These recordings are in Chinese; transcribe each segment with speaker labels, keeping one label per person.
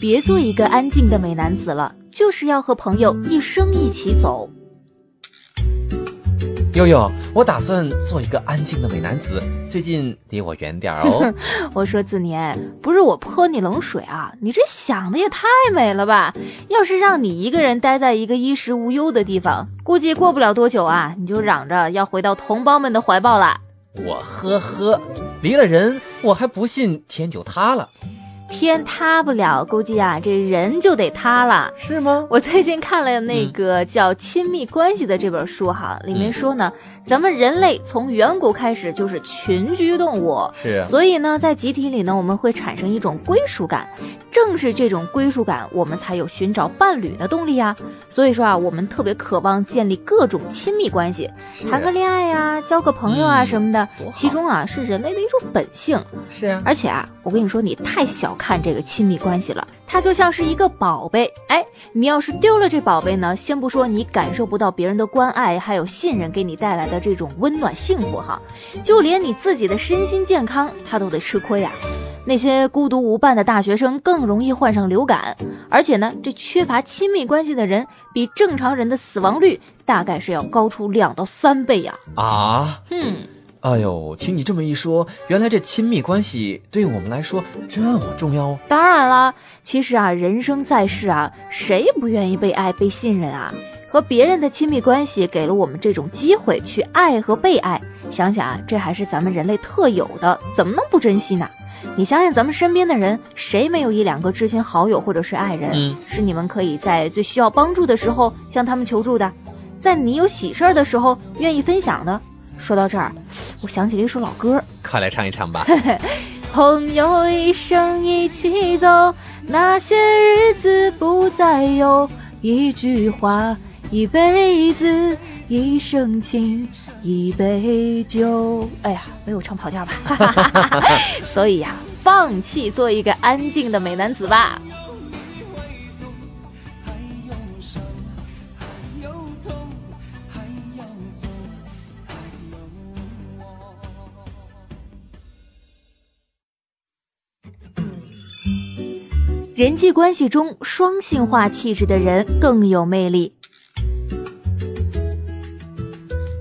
Speaker 1: 别做一个安静的美男子了，就是要和朋友一生一起走。
Speaker 2: 悠悠，我打算做一个安静的美男子，最近离我远点儿 哦。
Speaker 1: 我说子年，不是我泼你冷水啊，你这想的也太美了吧！要是让你一个人待在一个衣食无忧的地方，估计过不了多久啊，你就嚷着要回到同胞们的怀抱啦。
Speaker 2: 我呵呵，离了人，我还不信天就塌了，
Speaker 1: 天塌不了，估计啊这人就得塌了。
Speaker 2: 是吗？
Speaker 1: 我最近看了那个叫《亲密关系》的这本书哈，里面说呢，咱们人类从远古开始就是群居动物，
Speaker 2: 是啊
Speaker 1: 所以呢，在集体里呢，我们会产生一种归属感，正是这种归属感，我们才有寻找伴侣的动力啊。所以说啊，我们特别渴望建立各种亲密关系，
Speaker 2: 是
Speaker 1: 谈个恋爱呀、交个朋友啊
Speaker 2: 啊嗯
Speaker 1: 什么的
Speaker 2: 多好，
Speaker 1: 其中啊是人类的一种本性。
Speaker 2: 是啊，
Speaker 1: 而且啊，我跟你说，你太小看这个亲密关系了，它就像是一个宝贝。哎，你要是丢了这宝贝呢，先不说你感受不到别人的关爱，还有信任给你带来的这种温暖幸福哈，就连你自己的身心健康，它都得吃亏啊。那些孤独无伴的大学生更容易患上流感，而且呢，这缺乏亲密关系的人比正常人的死亡率大概是要高出两到三倍呀、
Speaker 2: 啊，
Speaker 1: 哼，
Speaker 2: 哎呦，听你这么一说，原来这亲密关系对我们来说这么重要哦。
Speaker 1: 当然啦，其实啊，人生在世啊，谁不愿意被爱、被信任啊？和别人的亲密关系给了我们这种机会去爱和被爱，想想啊，这还是咱们人类特有的，怎么能不珍惜呢？你想想，咱们身边的人，谁没有一两个知心好友或者是爱人，
Speaker 2: 嗯
Speaker 1: 是你们可以在最需要帮助的时候向他们求助的，在你有喜事儿的时候愿意分享的？说到这儿，我想起了一首老歌，
Speaker 2: 快来唱一唱 吧。
Speaker 1: 朋友一生一起走，那些日子不再有。一句话，一辈子，一生情，一杯酒。哎呀，没有唱跑调吧？ 哈哈哈哈所以呀、啊放弃做一个安静的美男子吧。
Speaker 3: 还有伤，还有痛，还有错，还有我。
Speaker 1: 人际关系中双性化气质的人更有魅力。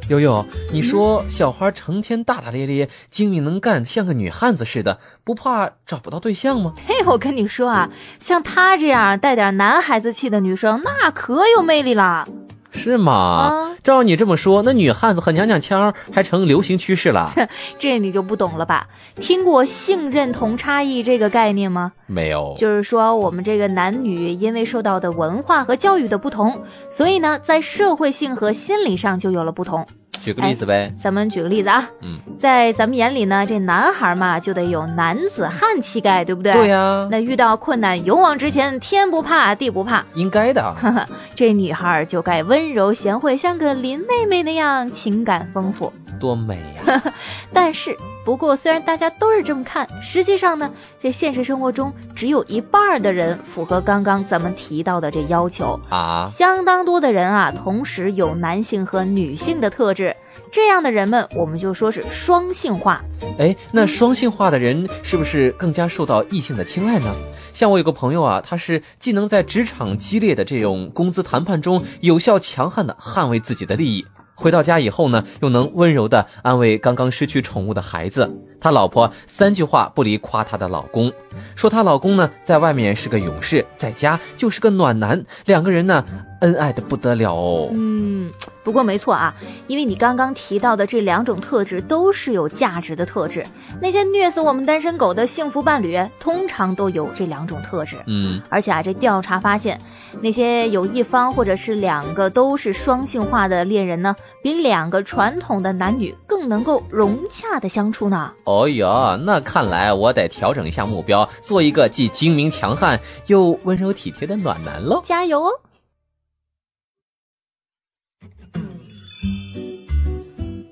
Speaker 2: 悠悠，你说小花成天大大咧咧，精明能干，像个女汉子似的，不怕找不到对象吗？
Speaker 1: 嘿，我跟你说啊，像她这样带点男孩子气的女生，那可有魅力了。
Speaker 2: 是吗？
Speaker 1: 啊
Speaker 2: 照你这么说，那女汉子和娘娘腔儿还成流行趋 势了？
Speaker 1: 这你就不懂了吧？听过性认同差异这个概念吗？
Speaker 2: 没有，
Speaker 1: 就是说，我们这个男女因为受到的文化和教育的不同，所以呢，在社会性和心理上就有了不同。
Speaker 2: 举个例子呗。
Speaker 1: 咱们举个例子啊，
Speaker 2: 嗯，
Speaker 1: 在咱们眼里呢，这男孩嘛就得有男子汉气概，哎对不对？
Speaker 2: 对呀、
Speaker 1: 那遇到困难勇往直前，天不怕地不怕。
Speaker 2: 应 该的。
Speaker 1: 这女孩就该温柔贤惠，像个林妹妹那样情感丰富。
Speaker 2: 多美呀、
Speaker 1: 但是，不过虽然大家都是这么看，实际上呢，在现实生活中，只有一半儿的人符合刚刚咱们提到的这要求。
Speaker 2: 啊！
Speaker 1: 相当多的人啊，同时有男性和女性的特质，这样的人们，我们就说是双性化。
Speaker 2: 哎，那双性化的人是不是更加受到异性的青睐呢？像我有个朋友啊，他是既能在职场激烈的这种工资谈判中有效强悍的捍卫自己的利益，回到家以后呢，又能温柔的安慰刚刚失去宠物的孩子。他老婆啊三句话不离夸她的老公，说她老公呢在外面是个勇士，在家就是个暖男，两个人呢恩爱的不得了哦。
Speaker 1: 嗯，不过没错啊，因为你刚刚提到的这两种特质都是有价值的特质。那些虐死我们单身狗的幸福伴侣，通常都有这两种特质。
Speaker 2: 嗯，
Speaker 1: 而且啊，这调查发现，那些有一方或者是两个都是双性化的恋人呢，比两个传统的男女更能够融洽的相处呢。
Speaker 2: 哦哟，那看来我得调整一下目标，做一个既精明强悍又温柔体贴的暖男喽。
Speaker 1: 加油哦！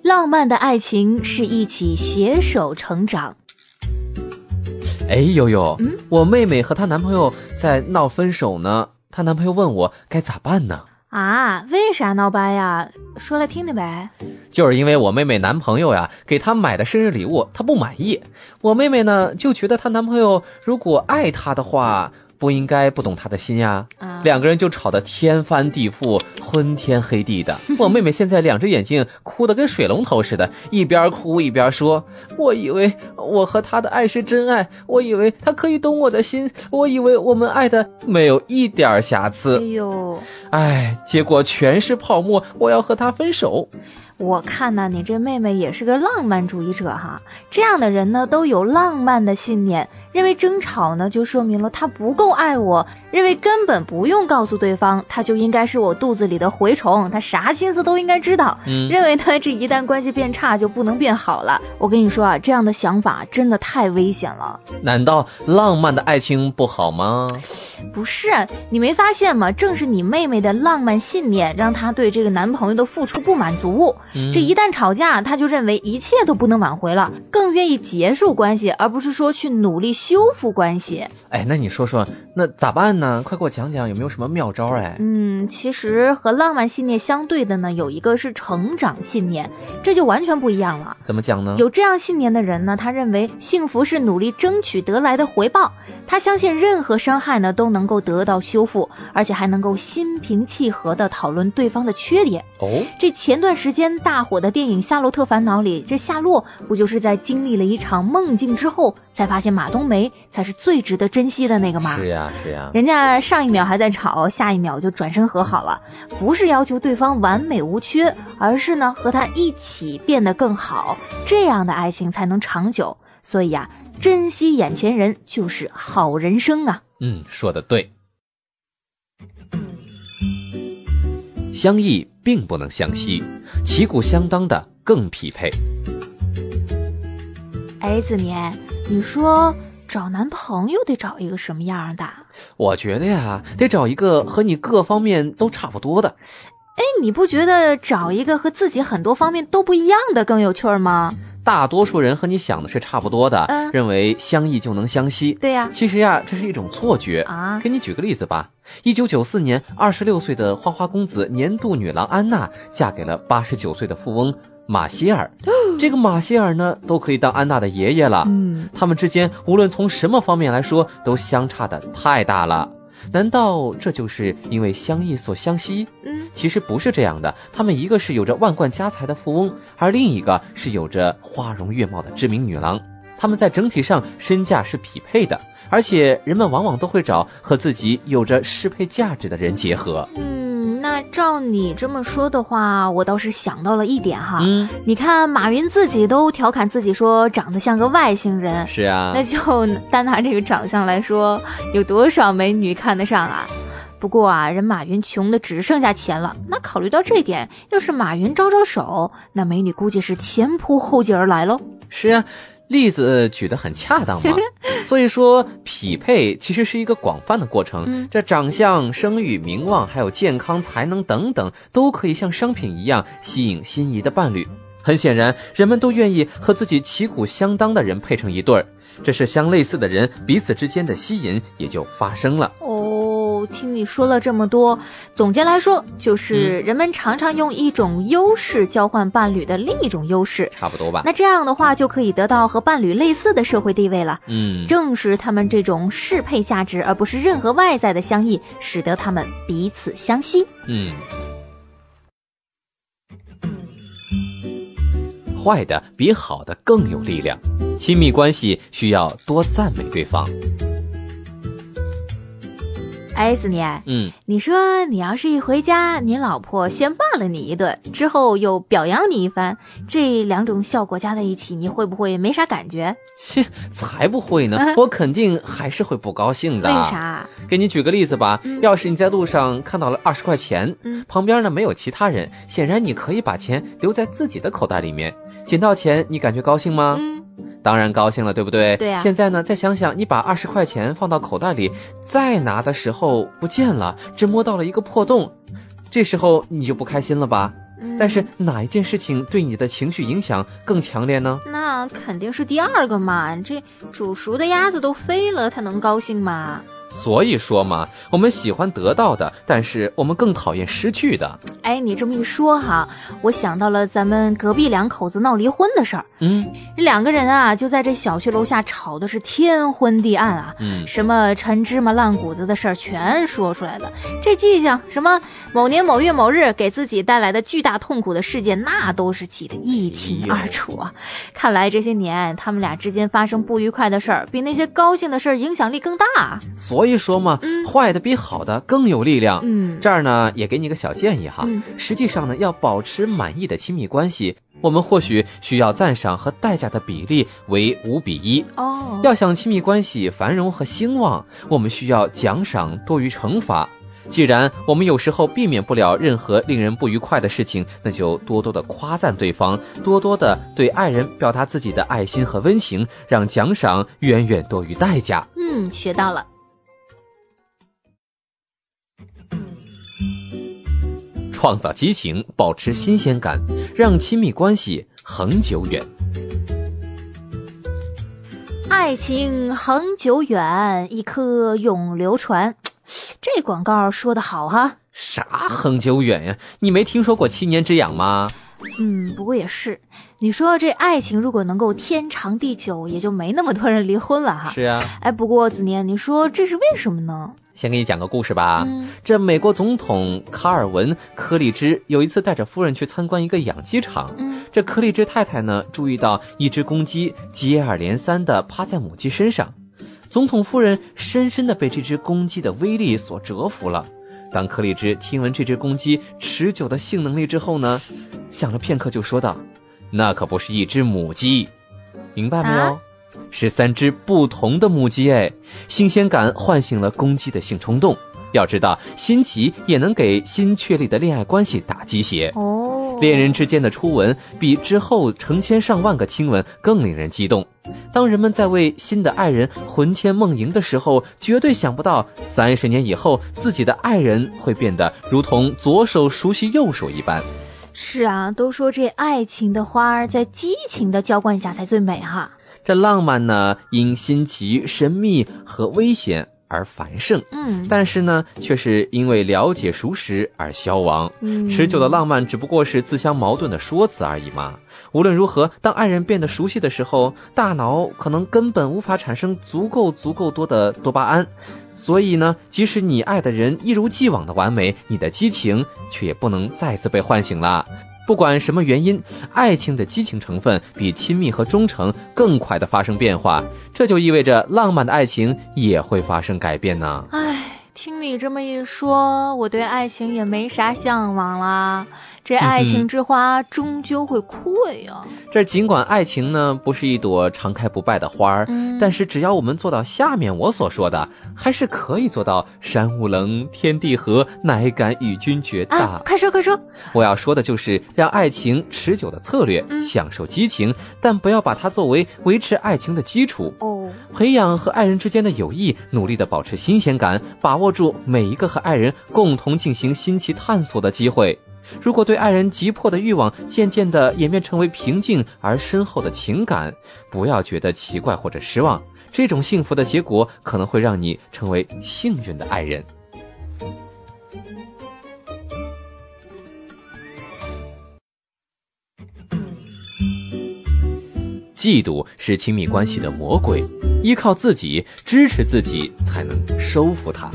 Speaker 1: 浪漫的爱情是一起携手成长。
Speaker 2: 哎，悠悠，
Speaker 1: 嗯
Speaker 2: 我妹妹和她男朋友在闹分手呢，她男朋友问我该咋办呢？
Speaker 1: 啊，为啥闹掰呀？说来听听呗。
Speaker 2: 就是因为我妹妹男朋友呀，给她买的生日礼物她不满意，我妹妹呢就觉得她男朋友如果爱她的话，不应该不懂他的心呀。
Speaker 1: 啊
Speaker 2: 两个人就吵得天翻地覆、昏天黑 地的。我妹妹现在两只眼睛哭得跟水龙头似的，一边哭一边说：“我以为我和他的爱是真爱，我以为他可以懂我的心，我以为我们爱的没有一点儿瑕
Speaker 1: 哎
Speaker 2: 疵。
Speaker 1: 呦，
Speaker 2: 哎，结果全是泡沫，我要和他分手。
Speaker 1: 我看呐、你这妹妹也是个浪漫主义者哈。这样的人呢，都有浪漫的信念，认为争吵呢就说明了他不够爱我，认为根本不用告诉对方，他就应该是我肚子里的蛔虫，他啥心思都应该知道。
Speaker 2: 嗯，
Speaker 1: 认为呢，这一旦关系变差就不能变好了。我跟你说啊，这样的想法真的太危险了。
Speaker 2: 难道浪漫的爱情不好吗？
Speaker 1: 不是，你没发现吗？正是你妹妹的浪漫信念，让她对这个男朋友的付出不满足。
Speaker 2: 嗯
Speaker 1: 这一旦吵架，她就认为一切都不能挽回了，更愿意结束关系，而不是说去努力修复关系。
Speaker 2: 哎，那你说说，那咋办呢？快给我讲讲，有没有什么妙招？哎，
Speaker 1: 嗯，其实和浪漫信念相对的呢，有一个是成长信念，这就完全不一样了。
Speaker 2: 怎么讲呢？
Speaker 1: 有这样信念的人呢，他认为幸福是努力争取得来的回报，他相信任何伤害呢都能够得到修复，而且还能够心平气和地讨论对方的缺点。
Speaker 2: 哦，
Speaker 1: 这前段时间大火的电影《夏洛特烦恼》里，这夏洛不就是在经历了一场梦境之后，才发现马冬梅才是最值得珍惜的那个吗？
Speaker 2: 是呀，是呀，
Speaker 1: 人家上一秒还在吵，下一秒就转身和好了，不是要求对方完美无缺，而是呢和他一起变得更好，这样的爱情才能长久。所以啊，珍惜眼前人就是好人生啊！
Speaker 2: 嗯，说的对。相异并不能相吸，旗鼓相当的更匹配。
Speaker 1: 哎，子年，你说找男朋友得找一个什么样的？哎，
Speaker 2: 我觉得呀，得找一个和你各方面都差不多的。
Speaker 1: 哎你不觉得找一个和自己很多方面都不一样的更有趣儿吗？
Speaker 2: 大多数人和你想的是差不多的，
Speaker 1: 嗯
Speaker 2: 认为相异就能相吸。
Speaker 1: 对呀、
Speaker 2: 其实呀，这是一种错觉
Speaker 1: 啊
Speaker 2: 给你举个例子吧。一九九四年，二十六岁的花花公子年度女郎安娜嫁给了八十九岁的富翁马 歇尔。这个马歇尔呢，都可以当安娜的爷爷了。
Speaker 1: 嗯，
Speaker 2: 他们之间无论从什么方面来说，都相差的太大了。难道这就是因为相异所相吸？
Speaker 1: 嗯，
Speaker 2: 其实不是这样的，他们一个是有着万贯家财的富翁，而另一个是有着花容月貌的知名女郎。他们在整体上身价是匹配的，而且人们往往都会找和自己有着适配价值的人结合。
Speaker 1: 嗯，那照你这么说的话，我倒是想到了一点哈。
Speaker 2: 嗯，
Speaker 1: 你看马云自己都调侃自己说长得像个外星人，
Speaker 2: 是啊
Speaker 1: 那，就单拿这个长相来说，有多少美女看得上啊？不过啊，人马云穷的只剩下钱了。那考虑到这点，要是马云招招手，那美女估计是前仆后继而来喽。
Speaker 2: 是啊，例子举得很恰 当嘛。所以说，匹配其实是一个广泛的过程，
Speaker 1: 嗯
Speaker 2: 这长相、声誉、名望，还有健康、才能等等，都可以像商品一样吸引心仪的伴侣。很显然，人们都愿意和自己旗鼓相当的人配成一对儿，这是相类似的人彼此之间的吸引也就发生了。
Speaker 1: 哦，听你说了这么多，总结来说
Speaker 2: 嗯
Speaker 1: 就是人们常常用一种优势交换伴侣的另一种优势，
Speaker 2: 差不多吧
Speaker 1: 那。这样的话就可以得到和伴侣类似的社会地位了。
Speaker 2: 嗯，
Speaker 1: 正是他们这种适配价值，而不是任何外在的相异，使得他们彼此相吸。
Speaker 2: 嗯。坏的比好的更有力量，亲密关系需要多赞美对方。
Speaker 1: 哎，子年，
Speaker 2: 嗯，
Speaker 1: 你说你要是一回家，你老婆先骂了你一顿，之后又表扬你一番，这两种效果加在一起，你会不会没啥感觉？
Speaker 2: 切，才不会呢，我肯定还是会不高兴的。
Speaker 1: 啊为？啥？
Speaker 2: 给你举个例子吧，
Speaker 1: 嗯
Speaker 2: 要是你在路上看到了二十块钱，
Speaker 1: 嗯
Speaker 2: 旁边呢没有其他人，显然你可以把钱留在自己的口袋里面。捡到钱，你感觉高兴吗？
Speaker 1: 嗯，
Speaker 2: 当然高兴了，对不对？
Speaker 1: 对啊
Speaker 2: 现在呢，再想想，你把二十块钱放到口袋里，再拿的时候不见了，只摸到了一个破洞，这时候你就不开心了吧？
Speaker 1: 嗯
Speaker 2: 但是哪一件事情对你的情绪影响更强烈呢？
Speaker 1: 那肯定是第二个嘛，这煮熟的鸭子都飞了，他能高兴吗？
Speaker 2: 所以说嘛，我们喜欢得到的，但是我们更讨厌失去的。
Speaker 1: 哎，你这么一说哈，我想到了咱们隔壁两口子闹离婚的事儿。
Speaker 2: 嗯
Speaker 1: 这两个人啊，就在这小区楼下吵的是天昏地暗啊，
Speaker 2: 嗯
Speaker 1: 什么陈芝麻烂谷子的事儿全说出来了。这迹象，什么某年某月某日给自己带来的巨大痛苦的事件，那都是记得一清二楚啊。看来这些年他们俩之间发生不愉快的事儿，比那些高兴的事儿影响力更大啊。
Speaker 2: 所以说嘛，
Speaker 1: 嗯
Speaker 2: 坏的比好的更有力量。
Speaker 1: 嗯，
Speaker 2: 这儿呢，也给你个小建议哈。
Speaker 1: 嗯
Speaker 2: 实际上呢，要保持满意的亲密关系，我们或许需要赞赏和代价的比例为五比一。
Speaker 1: 哦，
Speaker 2: 要想亲密关系繁荣和兴旺，我们需要奖赏多于惩罚。既然我们有时候避免不了任何令人不愉快的事情，那就多多的夸赞对方，多多的对爱人表达自己的爱心和温情，让奖赏远远多于代价。
Speaker 1: 嗯，学到了。
Speaker 2: 创造激情，保持新鲜感，让亲密关系恒久远。
Speaker 1: 爱情恒久远，一颗永流传。这广告说的好哈，
Speaker 2: 啥恒久远呀？你没听说过七年之痒吗？
Speaker 1: 嗯，不过也是，你说这爱情如果能够天长地久，也就没那么多人离婚了哈。
Speaker 2: 是呀、
Speaker 1: 哎，不过子年，你说这是为什么呢？
Speaker 2: 先给你讲个故事吧。
Speaker 1: 嗯
Speaker 2: 这美国总统卡尔文·柯立芝有一次带着夫人去参观一个养鸡场，
Speaker 1: 嗯
Speaker 2: 这柯立芝太太呢注意到一只公鸡接二连三的趴在母鸡身上，总统夫人深深的被这只公鸡的威力所折服了。当柯立芝听闻这只公鸡持久的性能力之后呢，想了片刻就说道：“那可不是一只母鸡，明白没有？
Speaker 1: 啊
Speaker 2: 是三只不同的母鸡哎。”新鲜感唤醒了公鸡的性冲动。要知道，新奇也能给新确立的恋爱关系打鸡血。
Speaker 1: 哦，
Speaker 2: 恋人之间的初吻比之后成千上万个亲吻更令人激动。当人们在为新的爱人魂牵梦萦的时候，绝对想不到三十年以后，自己的爱人会变得如同左手熟悉右手一般。
Speaker 1: 是啊，都说这爱情的花儿在激情的浇灌下才最美哈。
Speaker 2: 这浪漫呢，因新奇、神秘和危险而繁盛，
Speaker 1: 嗯，
Speaker 2: 但是呢，却是因为了解熟识而消亡。
Speaker 1: 嗯
Speaker 2: 持久的浪漫只不过是自相矛盾的说辞而已嘛。无论如何，当爱人变得熟悉的时候，大脑可能根本无法产生足够足够多的多巴胺，所以呢，即使你爱的人一如既往的完美，你的激情却也不能再次被唤醒了。不管什么原因，爱情的激情成分比亲密和忠诚更快的发生变化，这就意味着浪漫的爱情也会发生改变呢。
Speaker 1: 唉，听你这么一说，我对爱情也没啥向往啦。这爱
Speaker 2: 嗯哼
Speaker 1: 情之花终究会枯萎啊呀、
Speaker 2: 这尽管爱情呢不是一朵常开不败的花儿，
Speaker 1: 嗯
Speaker 2: 但是只要我们做到下面我所说的，还是可以做到山无棱，天地合，乃敢与君绝大。
Speaker 1: 啊，快说快说，
Speaker 2: 我要说的就是让爱情持久的策略，
Speaker 1: 嗯
Speaker 2: 享受激情，但不要把它作为维持爱情的基础。
Speaker 1: 哦，
Speaker 2: 培养和爱人之间的友谊，努力的保持新鲜感，把握住每一个和爱人共同进行新奇探索的机会。如果对爱人急迫的欲望渐渐的演变成为平静而深厚的情感，不要觉得奇怪或者失望，这种幸福的结果可能会让你成为幸运的爱人。嫉妒是亲密关系的魔鬼，依靠自己支持自己，才能收服它。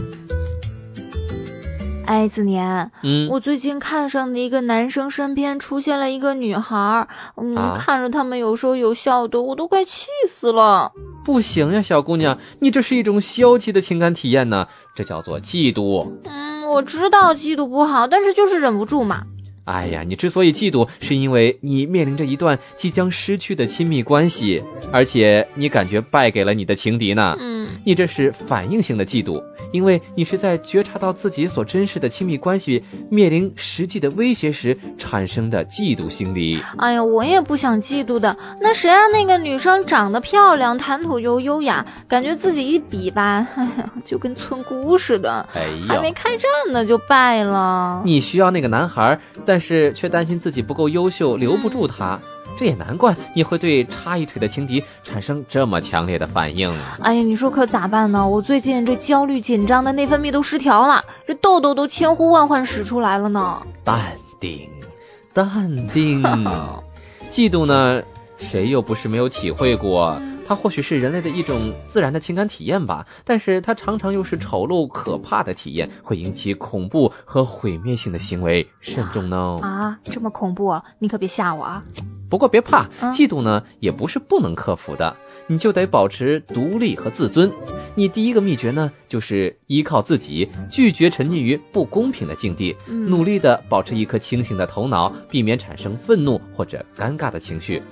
Speaker 1: 哎，子年，
Speaker 2: 嗯，
Speaker 1: 我最近看上的一个男生身边出现了一个女孩儿，嗯，
Speaker 2: 啊
Speaker 1: 看着他们有说有笑的，我都快气死了。
Speaker 2: 不行呀，小姑娘，你这是一种消极的情感体验呢，这叫做嫉妒。
Speaker 1: 嗯，我知道嫉妒不好，但是就是忍不住嘛。
Speaker 2: 哎呀，你之所以嫉妒，是因为你面临着一段即将失去的亲密关系，而且你感觉败给了你的情敌呢。
Speaker 1: 嗯，
Speaker 2: 你这是反应性的嫉妒，因为你是在觉察到自己所珍视的亲密关系面临实际的威胁时产生的嫉妒心理。
Speaker 1: 哎呀，我也不想嫉妒的。那谁让那个女生长得漂亮，谈吐又优雅，感觉自己一比吧， 哎呀，就跟村姑似的，
Speaker 2: 哎
Speaker 1: 还没
Speaker 2: 呀，
Speaker 1: 开战呢就败了。
Speaker 2: 你需要那个男孩，但是却担心自己不够优秀，留不住他。这也难怪你会对插一腿的情敌产生这么强烈的反应。啊
Speaker 1: 哎呀，你说可咋办呢？我最近这焦虑、紧张的内分泌都失调了，这痘痘都千呼万唤使出来了呢。
Speaker 2: 淡定，淡定。嫉妒呢，谁又不是没有体会过？它或许是人类的一种自然的情感体验吧，但是它常常又是丑陋可怕的体验，会引起恐怖和毁灭性的行为，慎重呢。哦
Speaker 1: 啊，这么恐怖，你可别吓我啊！
Speaker 2: 不过别怕，
Speaker 1: 嗯
Speaker 2: 嫉妒呢也不是不能克服的，你就得保持独立和自尊。你第一个秘诀呢，就是依靠自己，拒绝沉溺于不公平的境地，
Speaker 1: 嗯
Speaker 2: 努力的保持一颗清醒的头脑，避免产生愤怒或者尴尬的情绪。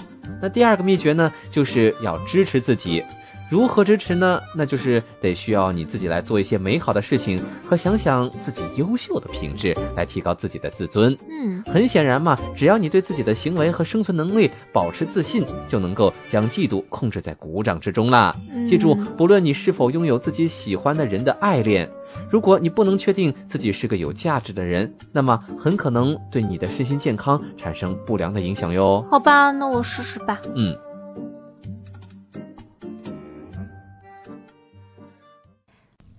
Speaker 2: 那第二个秘诀呢，就是要支持自己。如何支持呢？那就是得需要你自己来做一些美好的事情，和想想自己优秀的品质，来提高自己的自尊。
Speaker 1: 嗯，
Speaker 2: 很显然嘛，只要你对自己的行为和生存能力保持自信，就能够将嫉妒控制在鼓掌之中啦。
Speaker 1: 嗯
Speaker 2: 记住，不论你是否拥有自己喜欢的人的爱恋，如果你不能确定自己是个有价值的人，那么很可能对你的身心健康产生不良的影响哟。
Speaker 1: 好吧，那我试试吧。
Speaker 2: 嗯，